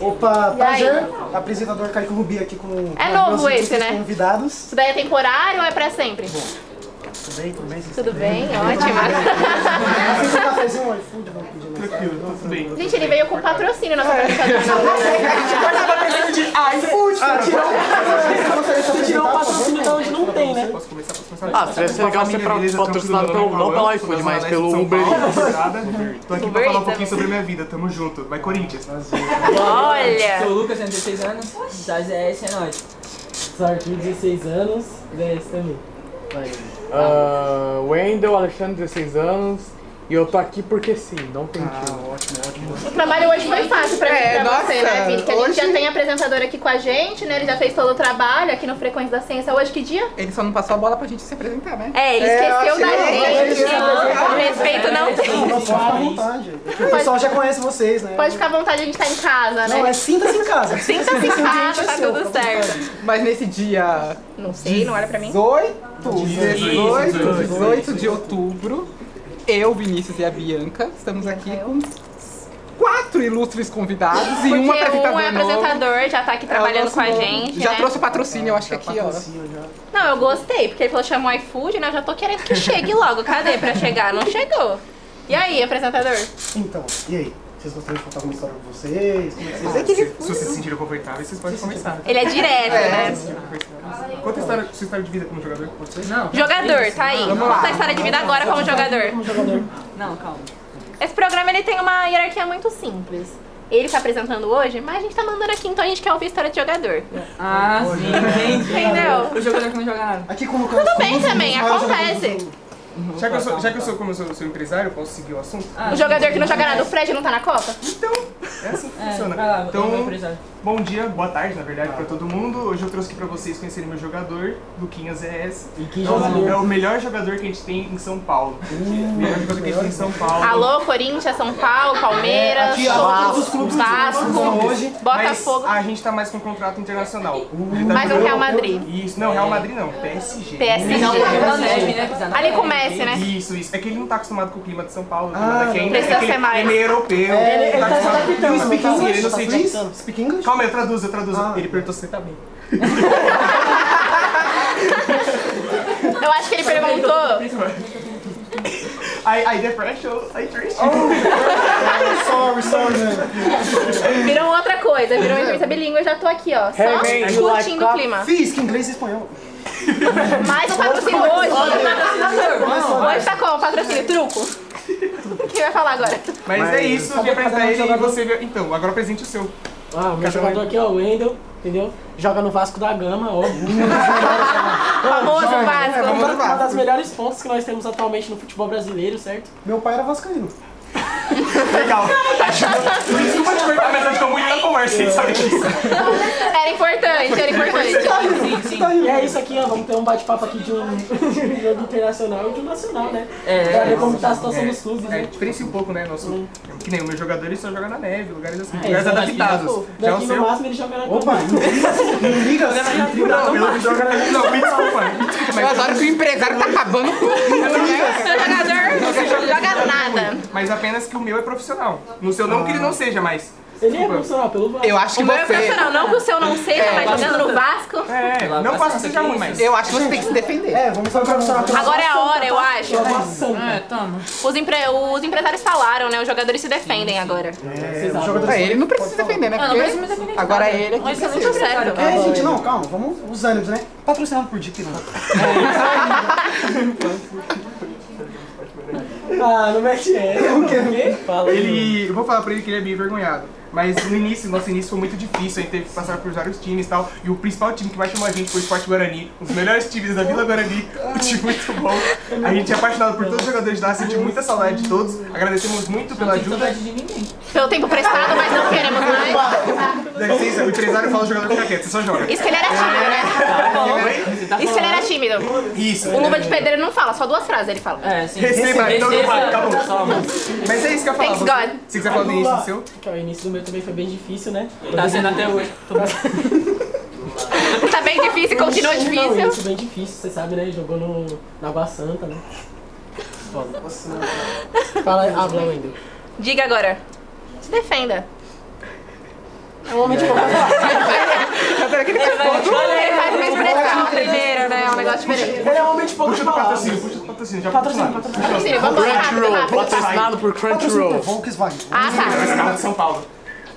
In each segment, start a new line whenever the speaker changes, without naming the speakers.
Opa,
E aí?
prazer. Apresentador Caico Rubi aqui com com
É
os
novo
meus
esse, né?
convidados.
Isso daí é temporário ou é pra sempre?
Tudo bem? Tudo bem? Vocês
Tudo
estão
bem, ótimo.
Ah, Vocês um cafezinho, um iFood, vamos pedir mais.
Gente, ele veio com patrocínio nosso
É.
apresentador.
Você tirou um patrocínio da onde não tem, né?
Ah, seria legal ser pra- patrocinado pelo, não pelo iFood, mas pelo Uber.
Tô aqui
Uber
pra falar um
também.
pouquinho sobre minha vida, tamo junto. Vai Corinthians.
Olha! É.
Sou o Lucas, tenho 16 anos, da GS é nóis.
Sou Arthur, 16 anos, DS também.
Ah, Wendel, Alexandre, 16 anos. E eu tô aqui porque sim, não tem
Ah,
time.
ótimo, ótimo.
O trabalho hoje foi fácil pra, mim,
É,
pra você,
nossa,
né, Vini? Que a gente
hoje-
já tem apresentador aqui com a gente, né? Ele já fez todo o trabalho aqui no Frequência da Ciência. Hoje que dia?
Ele só não passou a bola pra gente se apresentar, né?
É, ele
esqueceu da gente.
Respeito não tem.
Não, pode ficar à vontade. O pessoal já conhece vocês, né?
Pode ficar à vontade, a gente tá em casa,
Não,
né?
é sinta-se em casa.
Sinta-se em casa,
ambiente
tá
seu,
tudo
tá
certo.
Mas nesse dia
Não sei, não olha pra mim.
18, 18, 18 de outubro, eu, Vinícius e a Bianca, estamos aqui com quatro ilustres convidados e
Porque
um apresentador
um é
novo.
apresentador, já tá aqui
É o
trabalhando
nosso
com a
novo.
gente,
Já
né?
trouxe o patrocínio, eu acho que aqui, ó.
Patrocínio já.
Não, eu gostei, porque ele falou chamou iFood, né? Eu já tô querendo que chegue logo. Cadê pra chegar? Não chegou. E aí, apresentador?
Então, e aí? Vocês gostariam de contar alguma história pra vocês? Como é que vocês
Se vocês se sentirem confortáveis, vocês podem começar.
Ele é direto, né?
Conta a história, sua história de vida como jogador, pode ser?
Não,
Jogador, tá aí. Conta a história de vida agora como jogador.
não, calma.
Esse programa ele tem uma hierarquia muito simples. Ele tá apresentando hoje, mas a gente tá mandando aqui, então a gente quer ouvir a história de jogador.
Ah, sim, entendi.
Entendeu?
O jogador que não joga nada.
Aqui com o Lucas.
Tudo bem também,
Ah,
acontece.
Já que eu sou, já que eu sou como eu sou, sou empresário, eu posso seguir o assunto?
Ah,
O jogador que não joga nada, o Fred não tá na Copa?
É assim que
É,
funciona.
vai lá, então...
então, bom dia, boa tarde, na verdade, pra todo mundo. Hoje eu trouxe aqui pra vocês conhecerem meu jogador, Luquinhas ES.
E que
É o-
jogador.
É o melhor jogador que a gente tem em São Paulo. melhor jogador que a gente tem em São Paulo.
Alô, Corinthians, São Paulo, Palmeiras,
Aqui, ó, todos os clubes estão
Vasco,
Então, hoje.
Botafogo.
Mas a gente tá mais com um contrato internacional. Ele tá
Mais um
jogando-
Real Madrid.
Isso, não, Real Madrid não, PSG.
PSG.
Não, porque não neve, né? pisar na
Ali
neve.
com o Messi, né?
Isso, isso. É que ele não tá acostumado com o clima de São Paulo.
Ah,
Ah, daqui, é,
Precisa
é que ele,
ser mais.
Ele é europeu.
Ele, ele tá
acostumado com o
adaptando.
clima,
Speak
tá assim,
English?
ele não se
Speak
diz.
English? Speak English?
Calma, eu traduzo, eu traduzo.
Ah.
Ele perguntou se você tá bem.
Eu acho que ele perguntou.
I, I depression, I triste.
Ah, Sorry, sorry, man.
Virou outra coisa, virou uma entrevista bilíngue. Eu já tô aqui, ó. Só
Hey, man, you like
curtindo o
coffee?
clima.
Fisk, inglês e espanhol.
Mais um patrocínio hoje. Hoje tá com o patrocínio truco. O que vai falar agora?
Mas, é isso, eu
Sabe
vim apresentar
cada um
ele e
jogador?
você vê. Então, agora apresente o seu.
Ah, o meu jogador aqui é o Wendel, entendeu? Joga no Vasco da Gama, óbvio.
Famoso Vasco.
Uma das melhores pontas que nós temos atualmente no futebol brasileiro, certo?
Meu pai era vascaíno.
Legal. Desculpa te cortar, mas acho que é muito na conversa, vocês sabem disso.
Era importante, era importante.
Tá
E é isso aqui, ó. Vamos ter um bate-papo aqui de um, de um jogo internacional e de um nacional, né? Pra ver como tá a situação dos clubes,
É,
né?
diferencia um pouco, né? Nosso, que nem o meu jogador, ele só joga na neve, lugares assim,
É,
lugares
isso daqui,
adaptados. Já é o
Daqui no
Então, seu.
máximo ele joga na
Opa,
Copa.
não liga assim.
Não, ele joga na neve. Não, me desculpa. Me desculpa,
Eu
mas
adoro que o empresário tá acabando com
Seu jogador não joga nada.
Mas apenas que o meu é profissional. No seu não que ele não seja, mas.
Ele é profissional pelo Vasco.
Eu acho que
O meu é
você.
profissional, não que o seu não seja, mas jogando no Vasco.
É, não faço que seja ruim, mas.
Eu acho que você tem que se defender.
É, vamos falar pra você.
Agora é a hora, eu acho.
Nossa, Santa.
É, toma.
Os, empre- os empresários falaram, né? Os jogadores se defendem agora.
É, os jogadores-
É, ele não precisa se defender, né?
Eu não
Porque
preciso me defender.
agora ele é que
Mas você
precisa.
não sério.
Sério.
É, gente, não, calma, vamos os ânimos, né? Patrocinado por Jeep, não.
Ah, não mete essa. O quê? Fala aí.
Ele. Eu vou falar pra ele que ele é meio envergonhado. Mas no início, nosso início foi muito difícil, a gente teve que passar por vários times e tal. E o principal time que mais chamou a gente foi o Esporte Guarani, um dos melhores times da Vila Guarani, um time muito bom. A gente é apaixonado por todos os jogadores de lá, sentiu muita saudade de todos. Agradecemos muito pela ajuda.
de ninguém.
É. Pelo tempo prestado, mas não queremos mais.
Licença, o empresário fala o jogador fica quieto, você só joga.
Isso que ele era tímido,
Tá
né? Isso que ele era tímido.
Isso.
O Luva de Pedreiro não fala, só duas frases ele fala.
É, sim.
Receba, então não vai, acabou.
Toma.
Mas é isso que eu falava.
Thanks, God.
Se quiser falar do início do seu. Tá
Que o início do meu também foi bem difícil, né?
Tá sendo até hoje.
Tá bem bem difícil e continua
Não, isso
difícil.
é bem difícil, você sabe, né? Jogou no, na Água Santa, né? Foda. Fala, habla, Wendel.
Diga agora. Se defenda.
É um homem de pouca
Ele faz uma expressão primeiro, né? É um negócio diferente.
Ele é um homem de poucas
Puxa do
palavras.
patrocínio, puxa do patrocínio, já
Patrocínio,
patrocínio.
patrocínio.
Sim, vamos lá, rápido,
Crunchyroll,
rápido.
patrocinado por Crunchyroll.
Volkswagen.
Ah, tá.
Esse carro de São Paulo.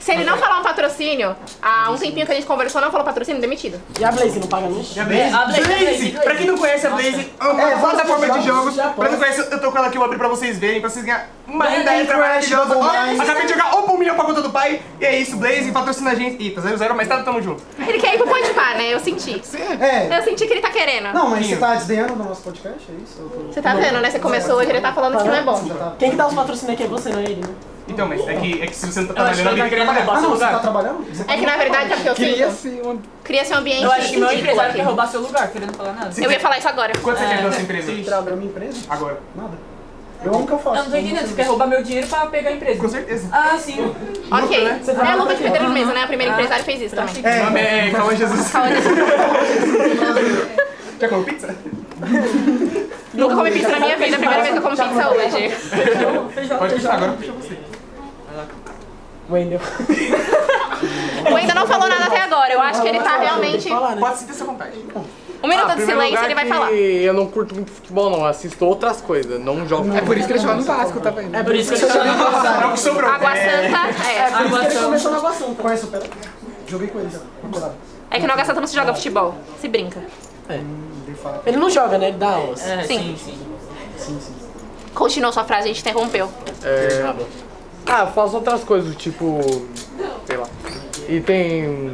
Se ele não falar um patrocínio, há um tempinho que a gente conversou, não falou patrocínio, demitido.
E a Blaze não paga luz?
E a Blaze?
a Blaze, a
Blaze!
Blaze.
Pra quem não conhece a Blaze, é uma
É, vários
plataforma de
jogos,
jogos.
já
Pra quem
posso.
não conhece, eu tô com ela aqui, eu abri pra vocês verem, pra vocês ganharem uma
Blaze
renda extra
Crash,
maravilhosa.
Bubble
Olha,
Mind.
Acabei de jogar um milhão pra conta do pai. E é isso, Blaze, patrocina a gente. Ih, tá 0-0, mas tá, tamo junto.
Ele quer ir pro Pode Par, né? Eu senti.
É.
Eu senti que ele tá querendo.
Não, mas você tá desdenhando do nosso podcast, é isso? Eu tô-
Você tá vendo, né? Você começou hoje, ele tá falando que não é bom.
Já tá-
Quem que dá os patrocínios aqui é você, não é ele, né?
Então, mas é que, é que se você não tá
Eu acho
trabalhando,
que ele
alguém
tá
queria pagar.
querendo
Ah, não, você tá
lugar.
trabalhando?
É que na verdade, sabe o que eu sinto?
Cria-se um
Cria-se um ambiente
Eu acho que meu
ridículo
empresário
aqui.
quer roubar seu lugar, querendo falar nada.
Eu ia falar isso agora.
Quanto você
É.
quer da sua empresa?
Pra minha empresa?
Agora.
Nada. Eu amo o que eu faço.
Eu não tô entendendo, você quer roubar meu dinheiro pra pegar a
Com
empresa.
certeza.
Ah, sim.
Ok. É a luta de pedreiro de mesa, né? A primeira
Ah.
empresária fez isso também.
Meu nome é Calma Jesus. Já comeu pizza?
Nunca comi pizza na minha vida, é a primeira vez que eu como pizza hoje.
Pode puxar agora, puxa você.
Wendel.
O ainda não falou nada até agora. Eu acho que ele tá realmente.
Falar, né?
Pode sentir essa vontade.
Um minuto
Ah,
de
primeiro
silêncio,
lugar
ele vai
que
falar.
Eu não curto muito futebol, não. Assisto outras coisas. Não jogo. É por isso que ele joga no Vasco, tá vendo?
É por isso que eu tô falando.
Não, que sobrou.
Água Santa. É.
Água
Ele
Santa.
começou na Água Santa.
Conheço o Pelé. Joguei com ele já. Vamos lá.
É que no Água Santa não se joga futebol. Se brinca.
De fato.
Ele não joga, né? Ele dá aulas.
É,
Sim.
sim, sim.
Continuou sua frase, a gente interrompeu.
É... Ah, eu faço outras coisas, tipo. Sei lá. E tem.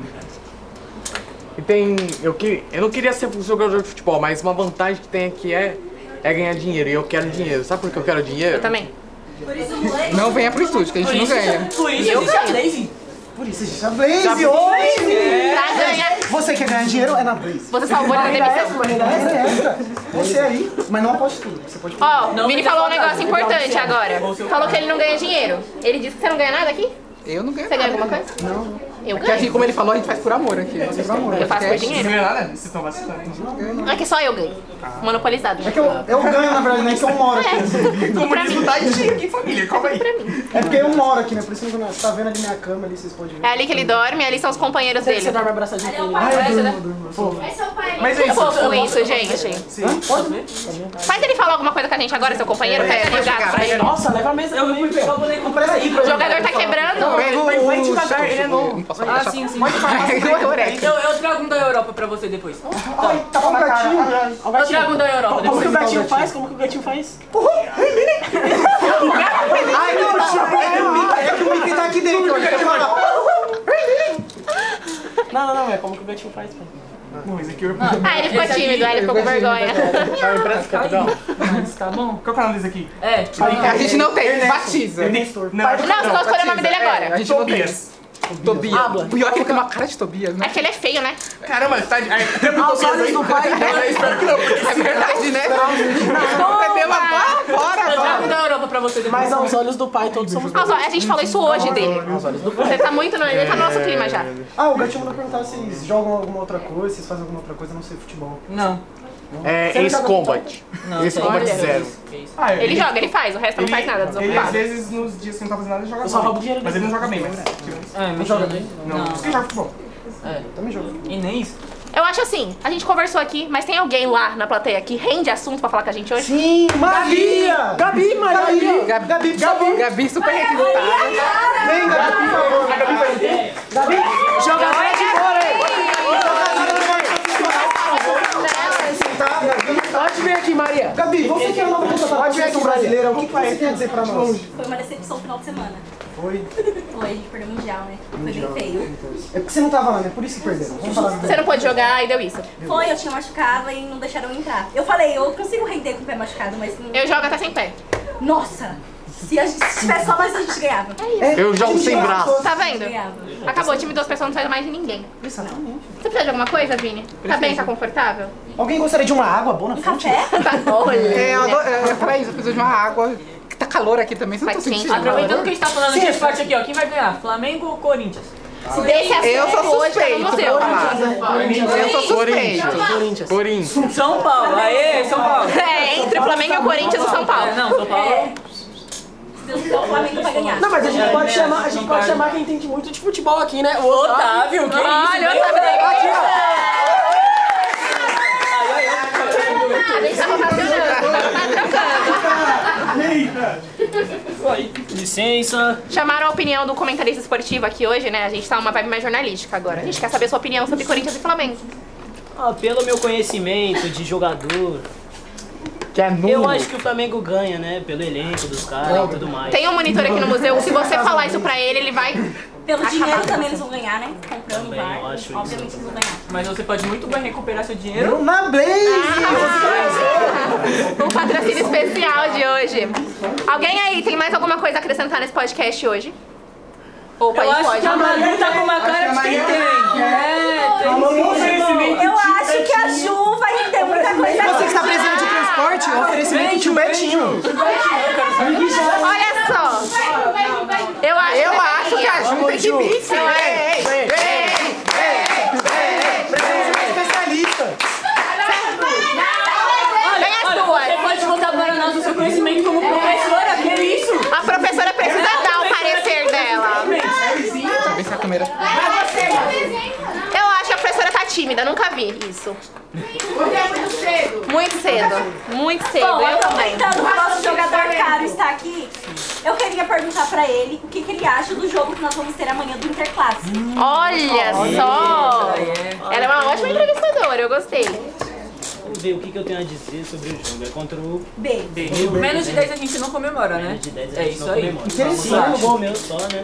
E tem. Eu, que... eu não queria ser jogador de futebol, mas uma vantagem que tem aqui é. É ganhar dinheiro. E eu quero dinheiro. Sabe por que eu quero dinheiro?
Eu também.
É, Não venha pro estúdio, que a gente não ganha.
Por isso eu ganho.
Por isso, gente, é a Blaze hoje!
Pra ganhar,
Você quer ganhar dinheiro é na Blaze.
você salvou ele da demissão.
Essa é extra. Você aí, mas não aposte tudo. Você pode
Ó, o
Não,
Vini
mas é
falou um
saudável,
negócio
é legal
importante
que é.
agora.
Ou seu
Falou que ele não ganha dinheiro. Ele disse que você não ganha nada aqui?
Eu não ganho
Você ganha
nada.
alguma coisa? Não. Eu
é
Porque a gente,
ganho.
como ele falou, a gente faz por amor aqui.
Eu faço por
Vocês
dinheiro.
não ganham nada? Vocês estão vacilando.
Não é que só eu ganho. Monopolizado.
É que eu, eu ganho, na verdade, não é que eu moro aqui.
Comunismo tá em dia aqui, família. Calma aí.
É porque eu moro aqui, né? Por isso que eu não ganho. Você tá vendo ali minha cama ali, vocês podem ver.
É ali que ele dorme, ali são os companheiros
Você,
dele. Ah,
você dorme abraçadinho com ele. né?
Ai, eu durmo, durmo.
Mas é
É
isso.
fofo isso, gente. Faz ele falar alguma coisa com a gente agora, seu companheiro, pra ele jogar. pra ele.
Nossa, leva a mesa. Eu fui pegar o boneco. Compra aí, pra
O jogador tá quebrando.
Mas vai te cagar, ele é novo.
Não posso
Ah,
achar.
sim, sim.
Eureka.
Eu, eu trago um da Europa pra você depois.
Ai, tapa no gatinho.
Ó, o
Eu
gatinho.
trago um da Europa
Como que
depois.
o gatinho faz? Como que o gatinho faz?
Ai, não, não, é o Mickey. É que o Mickey tá aqui dentro. Eu quero falar.
Não, não, não, é como que o gatinho faz, pô.
Não, esse aqui é o...
Ah, ele ficou tímido, aí ele ficou com vergonha.
Tá, me empresta, capitão.
Mas tá bom.
Qual que é o nome desse aqui?
É.
A gente não tem,
é
batiza.
Ernesto. Não, tá
Não, você pode escolher o nome dele
É, a
agora.
gente não tem.
Tobias.
Tobias. Pior é que ele tem uma cara de Tobias, né?
É que ele é feio, né?
Caramba, tá de... Ai, tem um
É,
Aos
Tobias
olhos
aí.
do pai dela.
Espero que não, porque
É verdade, né? Perdeu a bola, bora,
Eu trago um
bora.
da Europa pra você depois.
Mas aos olhos do pai todos somos.
Ah, só, a gente falou isso hoje dele. Você tá muito no. Ele tá no nosso clima já.
Ah, o gatinho mandou perguntar se vocês jogam alguma outra coisa, vocês fazem alguma outra coisa, não sei, futebol.
Não.
É Ace Combat.
Não.
Ace
tem-
Combat
Olha.
Zero.
Que isso.
Ah,
Ele joga, ele faz, o resto não faz nada,
Ele, às
desocupado.
vezes, nos dias que não tá fazendo nada, ele joga
Eu só
bola.
roubo dinheiro
Mas ele não joga bem, mas... tirando isso.
É, me
joga
chama.
bem?
Não, por isso que ele joga futebol.
Também jogo.
E nem isso.
Eu acho assim, a gente conversou aqui, mas tem alguém lá na plateia que rende assunto pra falar com a gente hoje?
Sim, Maria!
Gabi, Maria. Gabi,
Gabi,
Gabi,
Gabi,
Gabi super requisitada.
vem, Gabi, por favor. Gabi, vem.
Gabi, jogadora de vôlei!
Tá, Gabi.
Pode vir aqui, Maria.
Gabi, você que é a nova contratada da seleção brasileira, o que que você tem a dizer pra nós?
Foi uma decepção no final de semana.
Foi.
Foi, a gente perdeu o Mundial, né? Foi bem feio.
É porque você não tava lá, né? Por isso que perderam. Vamos falar
Você não pôde jogar e deu isso.
Foi, eu tinha machucado e não deixaram eu entrar. Eu falei, eu consigo render com o pé machucado, mas. não-
Eu jogo até sem pé.
Nossa! Se a gente tivesse só mais, a gente ganhava.
Eu jogo sem braço.
Tá
A gente
vendo?
ganhava.
Acabou, o time duas pessoas não faz mais de ninguém.
né?
Você precisa de alguma coisa, Vini? Tá bem, tá confortável?
Alguém gostaria de uma água boa na
Um
frente?
café?
Tá olha.
É, eu adoro- eu ia falar isso, eu preciso de uma água. Que tá calor aqui também, você não
Tá
tá
quente.
sentindo?
Aproveita.
Aproveitando que a gente tá falando de esporte aqui, ó. Quem vai ganhar? Flamengo ou Corinthians?
Desse assunto
Eu sou
hoje tá no
suspeito
museu.
pra falar. Eu sou suspeito.
Corinthians.
Corinthians.
São Paulo, aê, São Paulo.
É, entre o Flamengo e o Corinthians e São Paulo.
É, não, São Paulo.
É. Se Deus quiser, o Flamengo vai ganhar.
Não, mas a gente pode
É,
chamar, a gente
não
pode
pode.
chamar quem entende muito de futebol aqui, né? O
Otávio, que isso?
Olha,
meu?
eu tava
Aqui, ó.
Ai, ai, ai.
A gente tava patrocinando, tava trocando.
Licença.
Chamaram a opinião do comentarista esportivo aqui hoje, né? A gente tá numa vibe mais jornalística agora. A gente quer saber sua opinião sobre Corinthians e Flamengo.
Ah, pelo meu conhecimento de jogador,
Que é nulo.
eu acho que o Flamengo ganha, né? Pelo elenco dos caras e tudo mais.
Tem um monitor aqui no museu, se você falar isso pra ele, ele vai.
Pelo
Acabou.
dinheiro também eles vão ganhar, né? Comprando
Também,
vai.
eu acho
Obviamente eles vão ganhar.
Mas você pode muito bem recuperar seu dinheiro.
Na Blaze!
O patrocínio especial de hoje. Alguém aí tem mais alguma coisa a acrescentar nesse podcast hoje? Ou
Eu
pode,
acho que a
pode.
Malu tá com uma cara de quem tem. É, tem
Eu acho que a Ju vai ter muita coisa
Você que está precisando de transporte, oferecimento de um Betinho.
Olha só! Eu acho,
Eu acho que a Ju tem que vir, sim.
Ei, ei, ei, ei, especialista.
Vem as
Olha,
duas.
você pode contar para nós o seu conhecimento como professora, que é isso?
A professora precisa dar o parecer dela.
Deixa eu ver se a câmera.
Eu acho que a professora tá tímida, nunca vi isso. Muito cedo. Muito cedo,
Bom,
eu também.
aproveitando que é o nosso jogador caro está aqui, eu queria perguntar pra ele o que, que ele acha do jogo que nós vamos ter amanhã do Interclasse.
Olha só! Ela é uma ótima entrevistadora, eu gostei.
Vamos ver o que, que eu tenho a dizer sobre o jogo. É contra o
B.
Menos de 10 a gente não comemora, né?
menos de 10 a
É
gente
isso
não
aí.
comemora.
Interessante.
Só um meu só, né?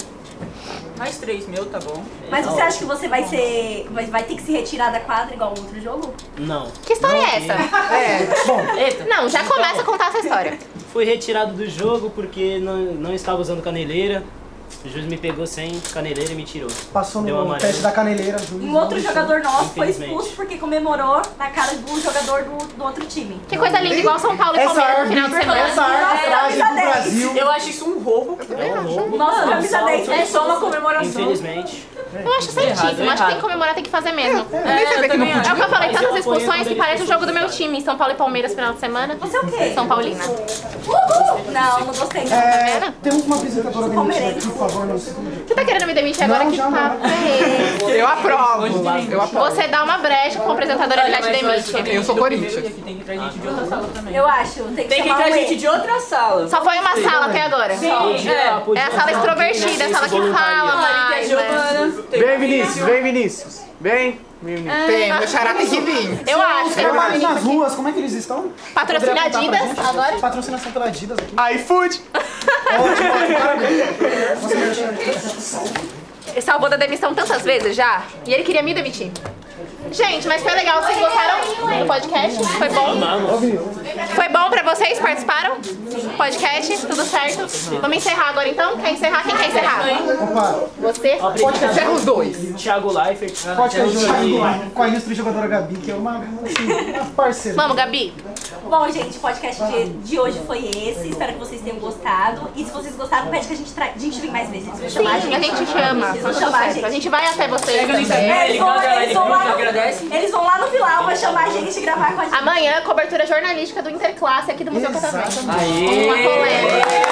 Mais 3 meu, tá bom.
Mas você acha que você vai ser. Vai, vai ter que se retirar da quadra igual o outro jogo?
Não.
Que história é essa?
Eita.
Não, já começa a contar essa história.
Fui retirado do jogo porque não, não estava usando caneleira. O juiz me pegou sem caneleira e me tirou.
Passou
Deu
no
amarelo.
teste da caneleira. juiz.
Um outro jogador nosso foi
Infelizmente.
expulso porque comemorou na cara do jogador do, do outro time.
Que coisa linda, igual São Paulo e
Essa
Palmeiras no final de
arbitragem, essa
Ah,
semana.
é,
arbitragem
tá
do Brasil.
Eu acho isso um roubo.
É um roubo.
Nossa, camisa 10
É só uma comemoração.
Infelizmente.
Eu acho certíssimo, acho que tem que comemorar, tem que fazer mesmo.
É, eu também
É o que eu falei,
Mas
tantas
eu apoio
expulsões
quando
que
eles
parece o jogo do meu
expulsam,
time, São Paulo e Palmeiras final de semana.
Você é o quê?
São Paulina.
Uhul! Não, não gostei. não.
É, tem uma apresentadora demitido aqui, por favor, no estúdio.
Você tá querendo me demitir agora?
Não,
que
já não.
papo é esse?
Eu aprovo. Eu aprovo.
Você dá uma brecha com a apresentadora ele já te demite.
Eu sou Corinthians.
Tem que entrar gente de outra sala também.
Eu acho, tem que
Tem que
chamar
entrar
um E.
gente de outra sala.
Só foi uma sala até agora.
É.
É a sala extrovertida, a sala que fala
Tem a
mais, né?
Giovana.
Vem, Vinícius. Vem, Vinícius. Vem, Vinícius.
Tem, meu xará tem que vir.
Eu acho.
Os trabalhos nas ruas, como é que eles estão?
Patrocina
Poderia contar pra
Adidas
gente?
agora?
Patrocinação pela Adidas aqui.
iFood.
Ele salvou da demissão tantas vezes já. E ele queria me demitir. Gente, mas foi legal. Vocês gostaram do podcast? Foi bom? Foi bom pra vocês? Participaram? Podcast? Tudo certo? Vamos encerrar agora então? Quer encerrar? Quem quer encerrar?
Opa,
Você?
Encerra os dois.
Thiago Leifert.
pode
Thiago
ajudar com a ilustre jogadora Gabi, que é uma, assim, uma parceira.
Vamos, Gabi.
Bom, gente, o podcast de, de hoje foi esse. Espero que vocês tenham gostado. E se vocês gostaram, pede que a gente, tra... a gente vem mais vezes. Eles vão
Sim,
chamar a gente.
a gente chama.
Eles vão chamar a
A
gente.
gente vai até vocês
Pega no
também.
Instagram,
Eles
ele
vão,
manda,
eles
ele
vão lá
manda,
no,
agradece.
eles vão lá no final pra chamar a gente e gravar com a gente.
Amanhã, cobertura jornalística do Interclasse aqui do Museu Catavento.
Exato.
Uma polêmica.